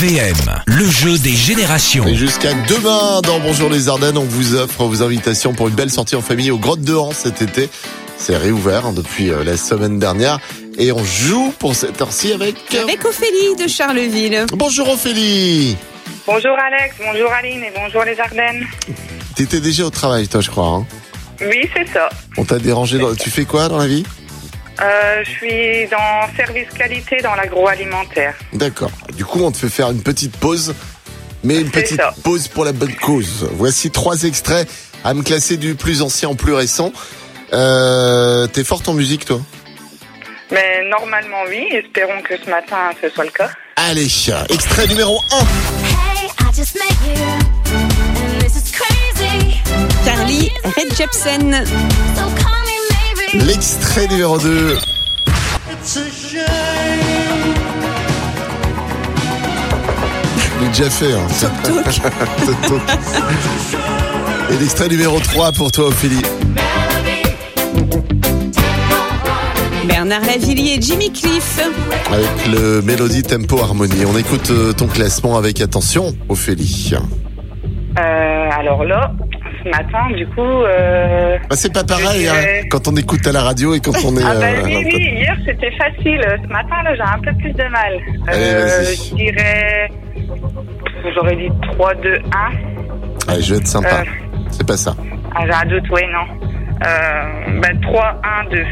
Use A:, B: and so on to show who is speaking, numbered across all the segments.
A: RVM, le jeu des générations.
B: Et jusqu'à demain dans Bonjour les Ardennes, on vous offre vos invitations pour une belle sortie en famille aux Grottes de Han cet été. C'est réouvert hein, depuis euh, la semaine dernière et on joue pour cette heure-ci avec... euh,
C: Avec Ophélie de Charleville.
B: Bonjour Ophélie
D: Bonjour Alex, bonjour Aline et bonjour les Ardennes.
B: T'étais déjà au travail toi je crois. hein.
D: Oui, c'est ça.
B: on t'a dérangé. dans- Tu fais quoi dans la vie
D: Euh, je suis dans service qualité dans l'agroalimentaire.
B: D'accord. Du coup on te fait faire une petite pause, mais une
D: C'est
B: petite
D: ça.
B: pause pour la bonne cause. Voici trois extraits à me classer du plus ancien au plus récent. Euh, T'es forte en musique toi
D: Mais normalement, oui, espérons que ce matin ce soit le cas.
B: Allez, extrait numéro 1
E: Hey, I just met you, and this is crazy.
C: Charlie Red Jepsen.
E: So call me maybe.
B: L'extrait numéro 2. Je l'ai déjà fait. Hein. Top talk. Et l'extrait numéro 3 pour toi, Ophélie.
C: Bernard Lavillier et Jimmy Cliff.
B: Avec le Mélodie Tempo Harmonie. On écoute euh, ton classement avec attention, Ophélie.
D: Euh, alors là, ce matin, du coup... euh,
B: Bah, c'est pas pareil hein,
D: Ouais.
B: quand on écoute à la radio et quand on est.
D: Ah bah
B: euh, à
D: oui,
B: l'antenne.
D: oui, hier c'était facile. Ce matin, là, j'ai un peu plus de mal. Euh,
B: Allez, vas-y.
D: je dirais... J'aurais dit 3, 2, 1.
B: Allez, je vais être sympa.
D: Euh.
B: C'est pas ça.
D: Ah, j'ai un doute, ouais, non. Euh, bah, 3, 1, 2.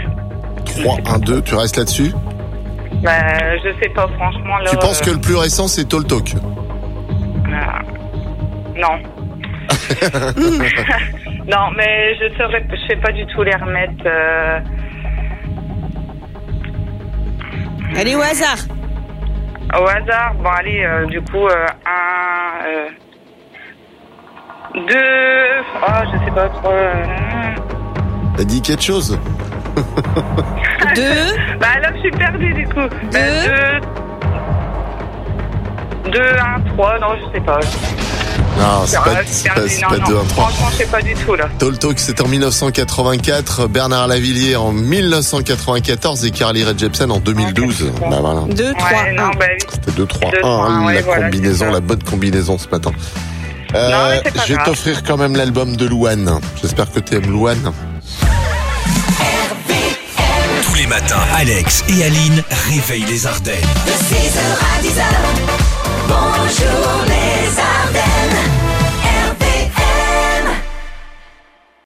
B: 3, 1, 2, tu restes là-dessus.
D: Bah, je sais pas, franchement. Là,
B: Tu penses
D: euh,
B: que le plus récent, c'est Tall Talk
D: Ah, non. non, mais je saurais, je sais pas du tout les remettre. euh,
C: Allez au hasard.
D: au hasard, bon allez, euh, du coup, euh, un, euh, deux, oh, je sais pas trop. euh,
B: T'as dit quelque chose
C: Deux.
D: bah là, je suis perdue du coup. Bah, deux, deux, un, trois, non, je sais pas.
B: Non, c'est
D: Ah,
B: pas,
D: je suis
B: c'est pas,
D: perdue,
B: c'est
D: non,
B: pas
D: non.
B: 2, 1, 3.
D: Franchement, je sais pas du tout là.
B: Tall Talk, c'était en 1984, Bernard Lavillier en 1994 et Carly Rae Jepsen en 2012.
D: Ah,
B: Bah voilà,
C: Deux, trois,
D: ouais,
C: un.
D: non, bah oui.
B: c'était 2, 3,
D: Deux,
B: 1,
D: trois,
B: hein,
D: ouais,
B: la
D: voilà,
B: combinaison,
D: c'est ça.
B: la bonne combinaison ce matin. Euh,
D: mais c'est pas
B: je vais
D: grave.
B: t'offrir quand même l'album de Louane. J'espère que t'aimes Louane.
A: Tous les matins, Alex et Aline réveillent les
F: De
A: Ardennes.
F: 6h à 10h, bonjour les Ardennes.